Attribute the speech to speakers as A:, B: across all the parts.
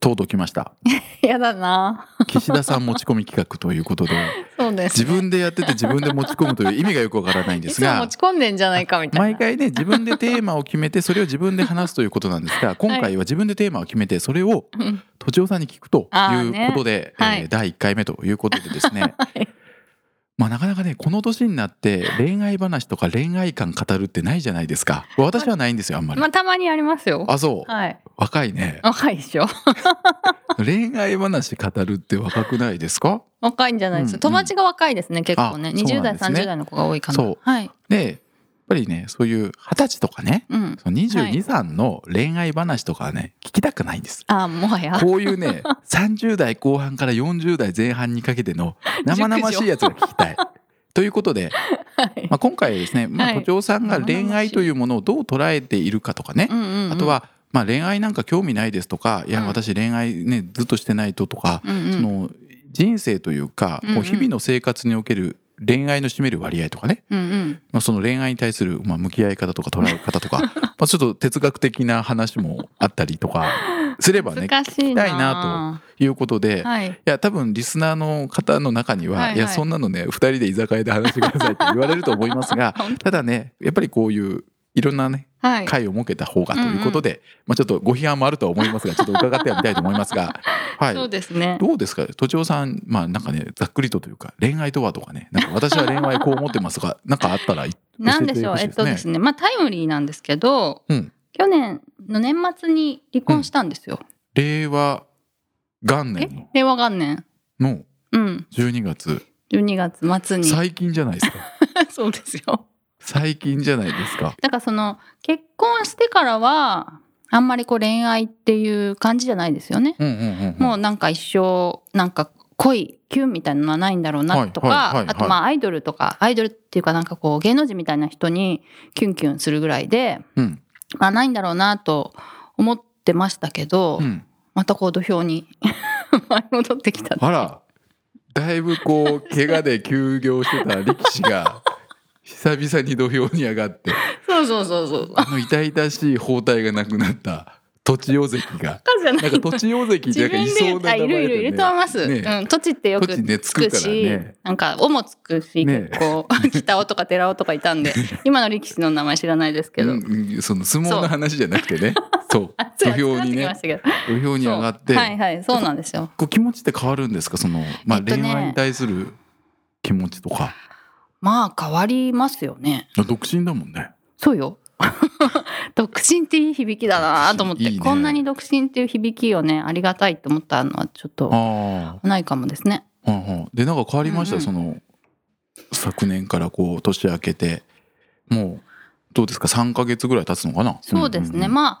A: とうとう来ました
B: やだな
A: 岸田さん持ち込み企画ということ で
B: そうで
A: 自分でやってて自分で持ち込むという意味がよくわからないんですが
B: 込んでんじゃないかみ
A: 毎回ね自分でテーマを決めてそれを自分で話すということなんですが今回は自分でテーマを決めてそれを
B: うん
A: とちおさんに聞くと
B: あー
A: い
B: ね
A: うことで、
B: は
A: えー
B: い
A: 第1回目ということでです ね、
B: い
A: まあなかなかねこの年になって恋愛話とか恋愛観語るってないじゃないですか私はないんですよあんまり、
B: まあたまにありますよ
A: あそう
B: はい
A: 若いね
B: 若いでしょ
A: 恋愛話語るって若くないですか
B: 若いんじゃないで
A: う
B: す、
A: んうん
B: 友達が若いですね結構ね
A: あそうな
B: 20
A: ん
B: 代、
A: ですね
B: 30代の子が多いかな
A: そう
B: はい
A: でやっぱりねそういう二十歳とかね
B: うん
A: その
B: はい
A: 22歳の恋愛話とかはね聞きたくないんです。
B: あもはや
A: こういう ね30代後半から40代前半にかけての生々しいやつが聞き たい。ということで、
B: はい
A: まあ、今回はですね、まあ、
B: はい
A: 都庁さんが恋愛というものをどう捉えているかとかね、
B: うんうんうん
A: あと、は、まあ、恋愛なんか興味ないですとかいや
B: うん
A: 私恋愛ねずっとしてないととか、
B: うんうん
A: その人生というか、
B: う
A: こ
B: んう
A: うん日々の生活における恋愛の占める割合とかね、
B: うんうん、
A: まあ、その恋愛に対する、まあ、向き合い方とか捉え方とか まあちょっと哲学的な話もあったりとかすればね
B: 難しい
A: 聞きたいなということで、い、
B: とはい
A: や多分リスナーの方の中には、
B: はい
A: い
B: はい
A: やそんなのね2人で居酒屋で話してくださいって言われると思いますが
B: 本
A: ただねやっぱりこういういろんなね
B: はい
A: 会を設けた方がということで、まあ、ちょっとご批判もあるとは思いますがちょっと伺ってはみたいと思います が、はい、
B: そうですね
A: どうですか都庁さんまあなんかねざっくりとというか恋愛とはとかねなんか私は恋愛こう思ってますとか なんかあったらい
B: なんでしょう
A: 教え
B: えっ
A: ほ
B: て
A: しい
B: とで
A: です
B: すねまあタイムリーなんですけど、
A: うん
B: 去年の年末に離婚したんですよ、
A: 令和元
B: え
A: 年の
B: 令和元年
A: の
B: うん
A: 12月
B: 12月末に
A: 最近じゃないですか
B: そうですよ
A: 最近じゃないですか
B: だからその結婚してからはあんまりこう恋愛っていう感じじゃないですよね
A: うんうんうん、うん、
B: もうなんか一生なんか恋キュンみたいなのはないんだろうなとか、
A: はいはいはいはい
B: あとまあアイドルとかアイドルっていうかなんかこう芸能人みたいな人にキュンキュンするぐらいで、
A: うん
B: まあ、ないんだろうなと思ってましたけど、
A: うん
B: またこう土俵に 舞い戻ってきた
A: あらだいぶこう怪我で休業してた力士が久々に土俵に上がって
B: そうそうそうそう
A: あの痛々しい包帯がなくなった土地大関が
B: 赤じゃな
A: なん
B: い
A: か土地大関って
B: 自
A: なんかい
B: 分で
A: そう
B: 言
A: な名
B: あいる
A: 前
B: いるいると
A: だ
B: 思
A: よ
B: います、
A: ね
B: うん土地ってよく
A: 土地ねつ
B: つ
A: く
B: く
A: から
B: し、
A: ね
B: なんか「お」もつくし、
A: ね
B: 結構 北尾とか寺尾とかい たんで今の力士の名前知らないですけど、
A: うんうんその相撲の話じゃなくて ねそう
B: あっ
A: 土俵に
B: きま
A: ね
B: したけど
A: 土俵 に上がって、
B: そうはいはいそうなんですよ
A: こう気持ちって変わるんですかその、まあ
B: えっとね
A: 恋愛に対する気持ちとか
B: まあ変わりますよね
A: 独身だもんね
B: そうよ 独身っていい響きだなと思って
A: 独身いいね
B: こんなに独身っていう響きをねありがたいと思ったのはちょっと
A: あ
B: ないかもですね
A: あ、うんうんでなんか変わりました、
B: うんうん
A: その昨年からこう年明けてもうどうですか3か月ぐらい経つのかな
B: そうですね、
A: んんん
B: まあ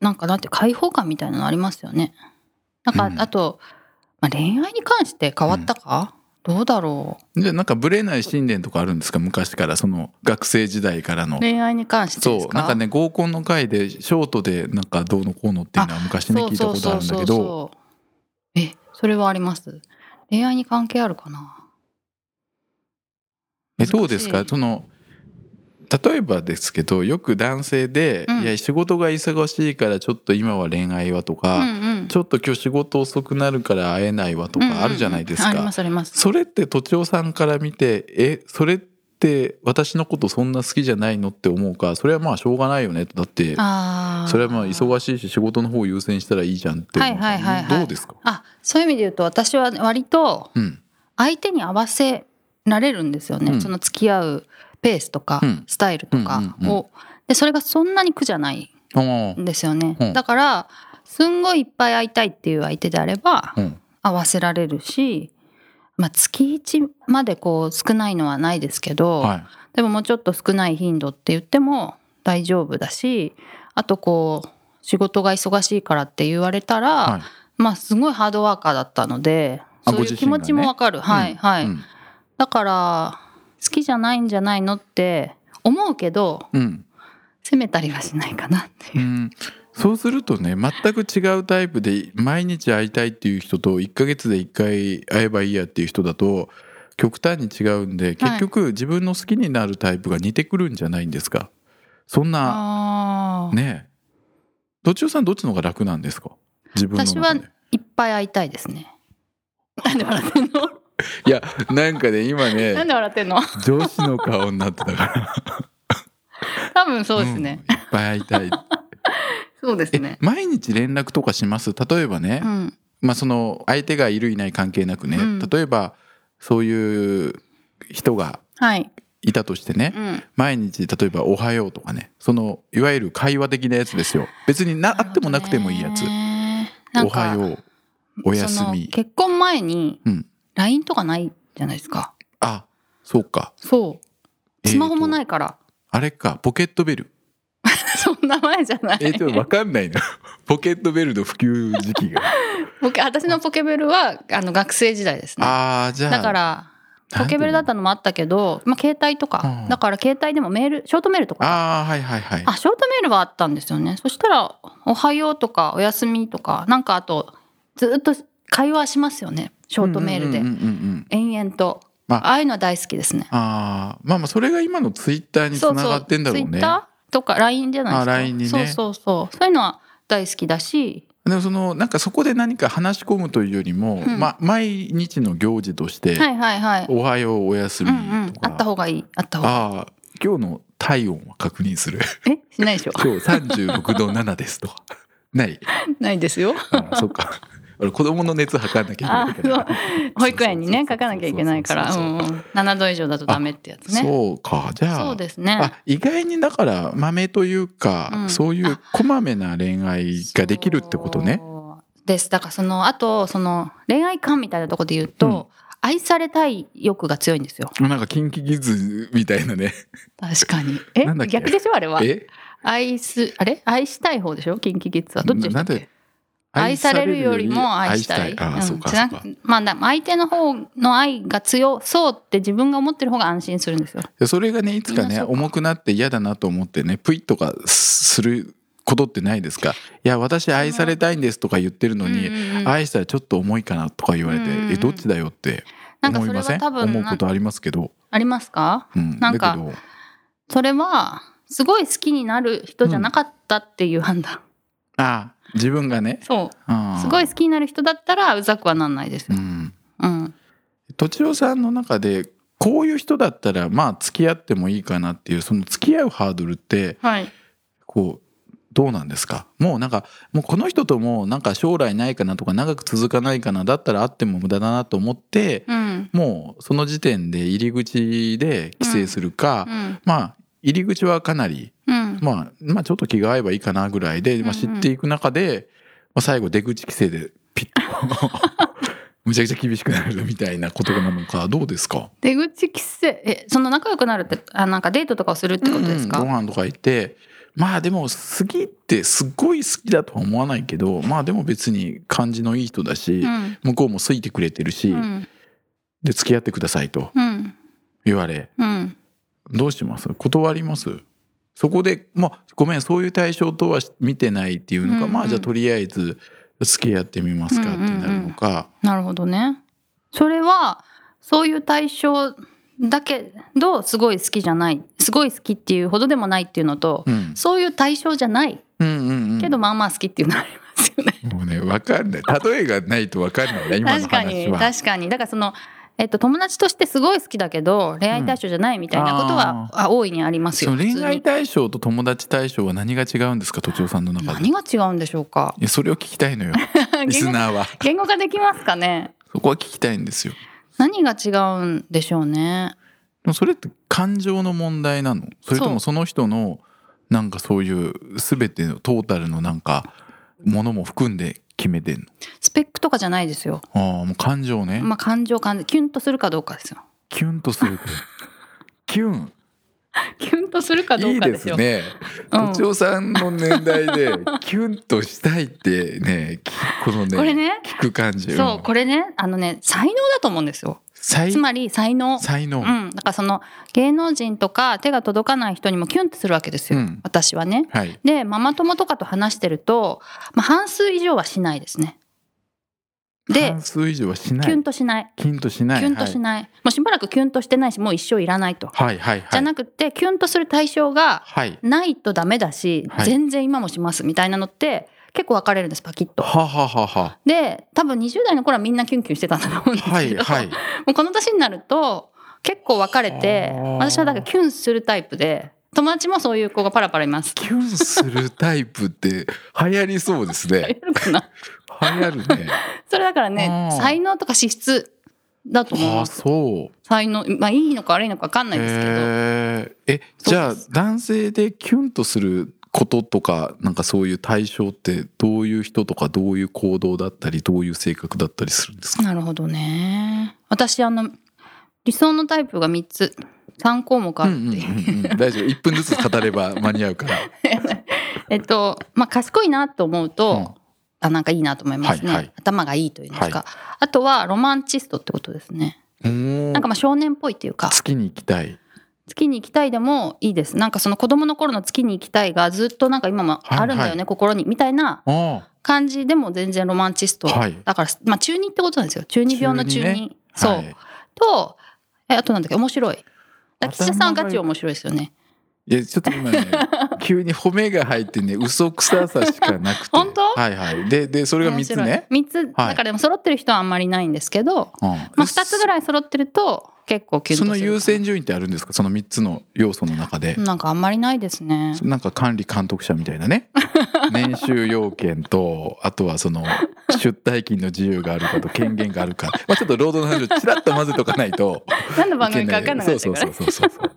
B: なんかだって開放感みたいなのありますよねなんか、
A: うん
B: あと、まあ、恋愛に関して変わったか、どうだろ
A: じゃあなんかブレない信念とかあるんですか昔からその学生時代からの
B: う恋愛に関してです
A: そ
B: か
A: うなんかね合コンの会でショートでなんかどうのこうのっていうのは昔ね
B: そ
A: 聞
B: う
A: いたこ
B: そう
A: とあ
B: そ
A: る
B: う
A: だけ
B: んそう
A: ど
B: そうえそれはあります恋愛に関係あるかな
A: えどうですか
B: 難しい
A: その例えばですけどよく男性で
B: う
A: 「
B: ん
A: いや仕事が忙しいからちょっと今は恋愛は」と
B: う
A: か
B: んう
A: 「
B: ん
A: ちょっと今日仕事遅くなるから会えないわ」と
B: うんうんうん
A: かあるじゃないです
B: ありま
A: か。
B: すあります
A: それってとちおさんから見て「えそれって私のことそんな好きじゃないの?」って思うかそれはまあしょうがないよねだって
B: あー
A: それはまあ忙しいし仕事の方を優先したらいいじゃんって思う
B: はいはいはいはい
A: どうですか
B: あそういう意味で言うと私は割と
A: うん
B: 相手に合わせられるんですよね、
A: うん
B: その付き合うペースとか
A: うん
B: スタイルとか
A: う
B: を、
A: んうんう
B: でそれがそんなに苦じゃない
A: あー
B: んですよね、
A: うん
B: だからすんごいいっぱい会いたいっていう相手であれば
A: うん
B: 合わせられるし、まあ、月1までこう少ないのはないですけど、
A: はい
B: でももうちょっと少ない頻度って言っても大丈夫だしあとこう仕事が忙しいからって言われたら、
A: はい
B: まあすごいハードワーカーだったので
A: あ
B: そういう気持
A: ご自
B: ち
A: 身がね
B: もわかる、はいはい、
A: うん
B: だから好きじゃないんじゃないのって思うけど
A: うん
B: 責めたりはしないかなって
A: う
B: いう、
A: ん、そうするとね全く違うタイプで毎日会いたいっていう人と1ヶ月で1回会えばいいやっていう人だと極端に違うんで結局自分の好きになるタイプが似てくるんじゃないんですかそんな
B: ああ、
A: ねえどっちおさんどっちの方が楽なんですか自分の中で
B: 私はいっぱい会いたいですね なんで笑ってんの
A: いやなんかね今
B: なん
A: ね
B: で笑ってんの
A: 女子の顔になってたから
B: 多分そうですね、、
A: うんいっぱい会いたい
B: そうです
A: え、
B: ね
A: 毎日連絡とかします例えばね、
B: うん
A: まあ、その相手がいるいない関係なくね、
B: うん
A: 例えばそういう人が
B: はい、
A: いたとしてね、
B: うん、
A: 毎日例えば「おはよう」とかねそのいわゆる会話的なやつですよ別になあってもなくてもいいやつ
B: ね
A: 「
B: なん
A: おは
B: か
A: よう」「おやす
B: その
A: み
B: 結婚前に
A: うん
B: LINE とかないじゃないですか」
A: あそうか、
B: そうスマホもないいから、
A: あれかポケットベル
B: そんな前じゃない、
A: えー、と分かんないな ポケットベルの普及時期 が
B: ポケ私のポケベルはあの学生時代ですね
A: あーじゃあ
B: だからポケベルだったのもあったけど、まあ、携帯とか、
A: うん
B: だから携帯でもメールショートメールとか
A: ああはいはいはい
B: あショートメールはあったんですよねそしたら「おはよう」とか「おやすみ」とかなんかあとずっと会話しますよねショートメールで、
A: うんうんうんうんうん
B: 延々と
A: まあ
B: ああいうのは大好きですね
A: ああまあまあそれが今のツイッターにつながってんだろう
B: ツイ
A: ね
B: ッターとか LINE じゃないですか
A: あ LINE にね
B: そうそうそうそういうのは大好きだし
A: でもそのなんかそこで何か話し込むというよりも、
B: うん
A: ま、毎日の行事として「
B: はいはいはい
A: おはようおやす
B: う
A: み」
B: んうん
A: とか、
B: あった方がいいあった方が
A: ああ今日の体温は確認する
B: いいえしないでしょ
A: 今日36度7ですとか ない
B: ないですよ
A: ああそっか俺子供の熱測んなきゃ
B: あ
A: いけない
B: そ
A: か
B: う
A: ら
B: 保育園にね
A: そうそうそうそう
B: 書かなきゃいけないから
A: そうそうそう
B: 7度以上だとダメってやつね
A: そうかじゃあ
B: そうですね
A: あ意外にだから豆というか、
B: うん
A: そういう
B: あ
A: こまめな恋愛ができるってことね。
B: そうですだからそのあとその恋愛観みたいなとこで言うと、
A: うん
B: 愛されたい欲が強いんですよ
A: なんかキンキキッズみたいなね。
B: 確かにえ
A: なんだっけ
B: 逆でしょあれは
A: え
B: 愛すあれ愛したい方でしょキンキキッズはどっちでしたっ
A: ななんで
B: け愛されるよりも愛したい。
A: ああ、
B: ん
A: そうか
B: じゃ
A: そう
B: な
A: か。
B: くまあ、な相手の方の愛が強そうって自分が思ってる方が安心するんですよ。
A: でそれがねいつか
B: みん
A: ね
B: なそうか
A: 重くなって嫌だなと思ってねプイッとかすることってないですかいや私愛されたいんですとか言ってるのに、
B: うんうんうん
A: 愛したらちょっと重いかなとか言われて、
B: うんうん
A: えどっちだよって
B: なんか
A: 思
B: そ
A: い
B: れ
A: ませ
B: は
A: ん
B: 多分
A: 思う
B: な
A: ことありますけど、
B: ありますか
A: うん、
B: なんか
A: だけど
B: それはすごい好きになる人じゃなかったっていう 判断。
A: あ自分がね
B: そ
A: あ
B: う。
A: ー
B: すごい好きになる人だったらうざくはなんないです
A: う
B: よ。
A: ん
B: うん。
A: とちおさんの中でこういう人だったらまあ付き合ってもいいかなっていうその付き合うハードルって
B: はい。
A: こうどうなんですかもうなんかもうこの人ともなんか将来ないかなとか長く続かないかなだったらあっても無駄だなと思って
B: うん。
A: もうその時点で入り口で規制するか、
B: うん。
A: まあ入り口はかなり、
B: うん。
A: まあ、まあちょっと気が合えばいいかなぐらいで、まあ、
B: うん
A: 知
B: うん
A: っていく中で、まあ、最後出口規制でピッと むちゃくちゃ厳しくなるみたいなことなのかどうですか
B: 出口規制、え、その仲良くなるって、あ、なんかデートとかをするってことですか、
A: うんご飯とか行ってまあでも好きってすごい好きだとは思わないけどまあでも別に感じのいい人だし、
B: うん。
A: 向こうも好いてくれてるし、
B: うん。
A: で付き合ってくださいと
B: うん。
A: 言われ
B: うん。
A: どうします断りますそこでまあごめんそういう対象とは見てないっていうのか、
B: うんうん
A: まあじゃあとりあえず付き合ってみますかってなるのか、
B: なるほどね。それはそういう対象だけどすごい好きじゃないすごい好きっていうほどでもないっていうのと、
A: うん
B: そういう対象じゃない
A: うんうんうん
B: けどまあまあ好きっていうのはありますよね。
A: もうね分かんない例えがないと分かんないね今の
B: 確か
A: 話
B: に
A: は。
B: 確かにだからその、えっと、友達としてすごい好きだけど恋愛対象じゃないみたいなことは、
A: うんあ
B: あ大いにあります
A: その
B: よ。普
A: 恋
B: 通
A: 愛
B: に
A: 対象と友達対象は何が違うんですか都庁さんの中で
B: 何が違うんでしょうか
A: いやそれを聞きたい のよリス
B: 言語
A: ナーは
B: 言語化できますかね
A: そこは聞きたいんですよ
B: 何が違うんでしょうね。
A: でもそれって感情の問題なのそれともその人のなんかそういう全てのトータルのなんかものも含んで決めてんの
B: スペックとかじゃないですよ。
A: ああもう感情ね、
B: まあ感情感キュンとするかどうかですよ。
A: キュンとするキュン
B: キュンとするかど
A: いうい
B: か
A: で
B: です
A: す
B: よ
A: ね。
B: うん
A: とちおさんの年代でキュンとしたいってね、きこのね、
B: これね
A: 聞く感じ。
B: そ
A: ん
B: うこれねあのね才能だと思うんですよ
A: 才
B: つまり才能
A: 才能、
B: うん、だからその芸能人とか手が届かない人にもキュンってするわけですよ、
A: うん
B: 私はね。
A: はい。
B: でママ友とかと話してると、まあ、半数以上はしないですね。で
A: 半数以上はしない。
B: キュンとしない、
A: キュンとしない。
B: キュンとしない、もうしばらくキュンとしてないしもう一生いらないと、
A: はいはいはい。
B: じゃなくてキュンとする対象が
A: はい。
B: ないとダメだし、
A: はい
B: 全然今もしますみたいなのって結構分かれるんですパキッと。
A: はははは。
B: で多分20代の頃はみんなキュンキュンしてたんだと思うんですけど、
A: はいはい。
B: もうこの年になると結構分かれて
A: はあ
B: 私はだからキュンするタイプで友達もそういう子がパラパラいます。
A: キュンするタイプって流行りそうです
B: い
A: ね。
B: るかな
A: 流行るね。
B: それだからね
A: あー
B: 才能とか資質だと思い
A: あ
B: ま
A: あ、
B: す
A: そう。
B: 才能まあいいのか悪いのか分かんないですけど、
A: へええ
B: そう
A: じゃあ
B: です
A: 男性でキュンとすることとかなんかそういう対象ってどういう人とかどういう行動だったりどういう性格だったりするんですか
B: なるほどね私あの理想のタイプが3つ3項目あ
A: うんうんう
B: るって
A: ん
B: いう、
A: うん、大丈夫1分ずつ語れば間に合うから、
B: えっとまあ賢いなと思うと、
A: うん
B: あなんかいいなと思いますね、
A: はいはい
B: 頭がいいというんですか、あとはロマンチストってことですね
A: うん
B: なんかまあ少年っぽいっていうか
A: 月に行きたい
B: 月に行きたいでもいいですなんかその子供の頃の月に行きたいがずっとなんか今もあるんだよね、
A: はいは
B: 心にみたいな
A: あ
B: 感じでも全然ロマンチスト、
A: はい
B: だから、まあ、中二ってことなんですよ中二病の中
A: 中
B: 二
A: 二ね
B: そう、
A: はい
B: とえあとなんだっけ面白いだから岸田さんはガチ
A: 頭が
B: 面白いですよね
A: いやちょっと今 ね急に褒めが入ってね嘘くささしかなくて
B: 本当
A: はいはいででそれが3つね、
B: 面白い三つ
A: はい
B: だからでも揃ってる人はあんまりないんですけど、
A: うん
B: まあ、2つぐらい揃ってると結構キュンと
A: そ
B: する
A: の優先順位ってあるんですかその3つの要素の中で
B: なんかあんまりないですね
A: なんか管理監督者みたいな ね年収要件とあとはその出退勤の自由があるかと権限があるか、まあ、ちょっと労働の話をちらっと混ぜとかない と
B: 何の
A: い
B: 番
A: け
B: 組
A: な
B: か
A: い
B: 分かんなか
A: そ
B: っ
A: う
B: たか
A: そう
B: ら
A: そうそうそう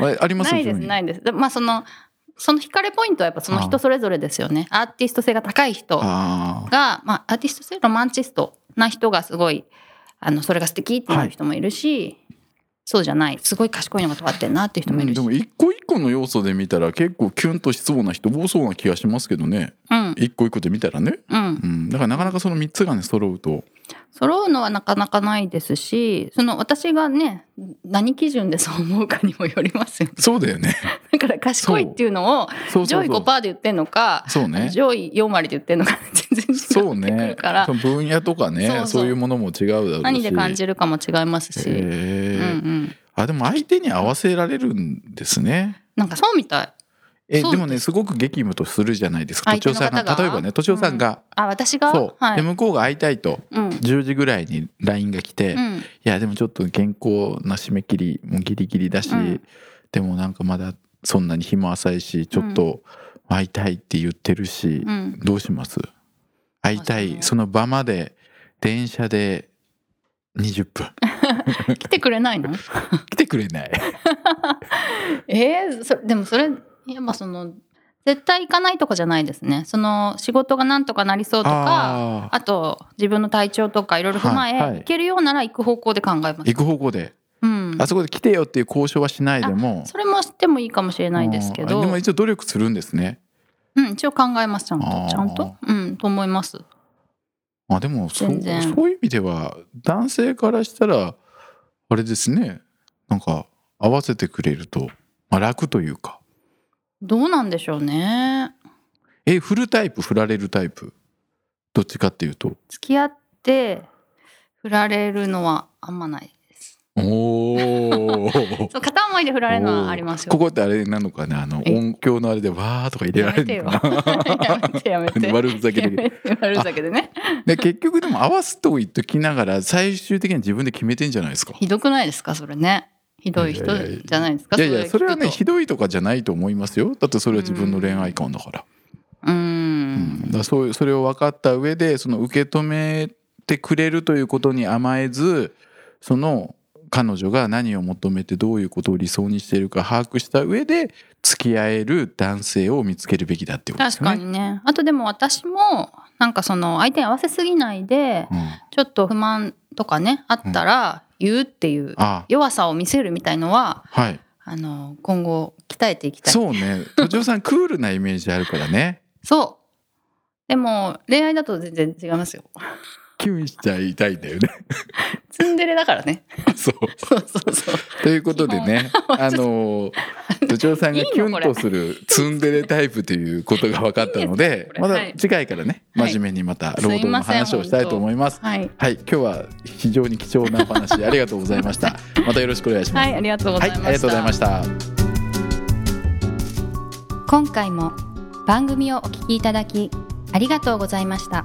A: まああります
B: ないです
A: 順位
B: ないですでまあそのその惹かれポイントはやっぱその人それぞれですよねアーティスト性が高い人が
A: あ
B: まあ、アーティスト性ロマンチストな人がすごいあのそれが素敵っていう人もいるし、そうじゃないすごい賢いのが尖ってんなっていう
A: ー
B: 人もい
A: うん
B: るし、
A: で
B: うん
A: も一個一個の要素で見たら結構キュンとしそうな人多そうな気がしますけどね
B: うん
A: 一個一個で見たらね、うん、だからなかなかその3つがね揃うと
B: 揃うのはなかなかないですしその私がね何基準でそう思うかにもよりますよね
A: そうだよね
B: だから賢いっていうのを
A: そうそ
B: 上
A: う
B: 位
A: そう
B: 5%で言ってんのか
A: そうね
B: 上位4割で言ってんのか全然
A: そう
B: 違ってく
A: ね
B: るから
A: その分野とかねそ
B: そううそう
A: いうものも違うだろうし
B: 何で感じるかも違いますし、
A: へ
B: うんう
A: ー
B: ん、
A: あでも相手に合わせられるんですね。
B: なんかそうみたい
A: え
B: そう
A: でもねすごく激務とするじゃないですか。
B: 相手
A: とち
B: の
A: おさんが
B: 方が
A: 例えばねとちおさんが、
B: あ私が
A: そう、
B: は
A: で
B: い、
A: 向こうが会いたいと
B: うん
A: 10時ぐらいに LINE が来て、
B: う
A: い
B: ん、
A: やでもちょっと原稿の締め切りもギリギリだし、
B: うん
A: でもなんかまだそんなに日も浅いしちょっと会いたいって言ってるし、
B: うん
A: どうします会いた
B: あそ
A: い
B: の
A: その場まで電車で20分
B: 来てくれないの
A: 来てくれない
B: えー、そでもそれやっぱその絶対行かないとかじゃないですねその仕事がなんとかなりそうとかあ
A: あー
B: と自分の体調とかいろいろ踏まえ、
A: はいはい
B: 行けるようなら行く方向で考えます、
A: 行く方向で
B: うん
A: あ、そこで来てよっていう交渉はしないでも。
B: それもしてもいいかもしれないですけ
A: う
B: ど
A: んでも一応努力するんですね。
B: うん、一応考えますちゃんと
A: あー
B: ちゃんとうんと思います
A: あ、でもそう、
B: 全然
A: そういう意味では、男性からしたら、あれですね。なんか、合わせてくれると、まあ、楽というか。
B: どうなんでしょうね
A: え、振るタイプ、振られるタイプ。どっちかっていうと。
B: 付き合って振られるのはあんまないです。
A: おお。
B: そう片思いで振られるのはありますよ。
A: ここってあれなのかね、あの
B: え
A: 音響のあれでわーとか入れら
B: や
A: れ
B: めて
A: る
B: よ。
A: のか
B: やめ てやめて。
A: な。
B: や
A: 悪ふざけで。
B: めて悪ふざけでね。
A: で、結局でも合わすと言っときながら、最終的には自分で決めてんじゃないですか。
B: ひどくないですかそれね。ひどい人じゃないですか。
A: いやいやそれはね
B: 聞く
A: ひどいとかじゃないと思いますよだってそれは自分の恋愛観だから,、
B: とうー
A: うん、だ
B: ん。
A: からそういうそれを分かった上でその受け止めてくれるということに甘えずその彼女が何を求めてどういうことを理想にしているか把握した上で付き合える男性を見つけるべきだってことですよ
B: 確
A: ね。
B: かにね。あとでも私もなんかその相手に合わせすぎないで
A: うん、
B: ちょっと不満とかねあったら言うっていう
A: あ
B: 弱さを見せるみたいのは
A: はい
B: あの今後鍛えていきたい
A: そうね土壌さんクールなイメージあるからね
B: そうでも恋愛だと全然違いますよ
A: キュンしちゃいたいんだよね
B: ツンデレだからね
A: そう
B: そうそうそう
A: ということで ねあの土壌さんがキュンとするツンデレタイプということが分か ったので
B: いいんですかこ
A: ま
B: れ
A: だ
B: はい
A: 次回からね
B: はい
A: 真面目にまた労働の話をしたいと思います
B: はい、
A: はい今日は非常に貴重なお話ありがとうございま したまたよろしくお願いします
B: はい、ありがとうござ
A: はいい
B: ま
A: あ
B: した、
A: りがとうございました
B: 今回も番組をお聞きいただきありがとうございました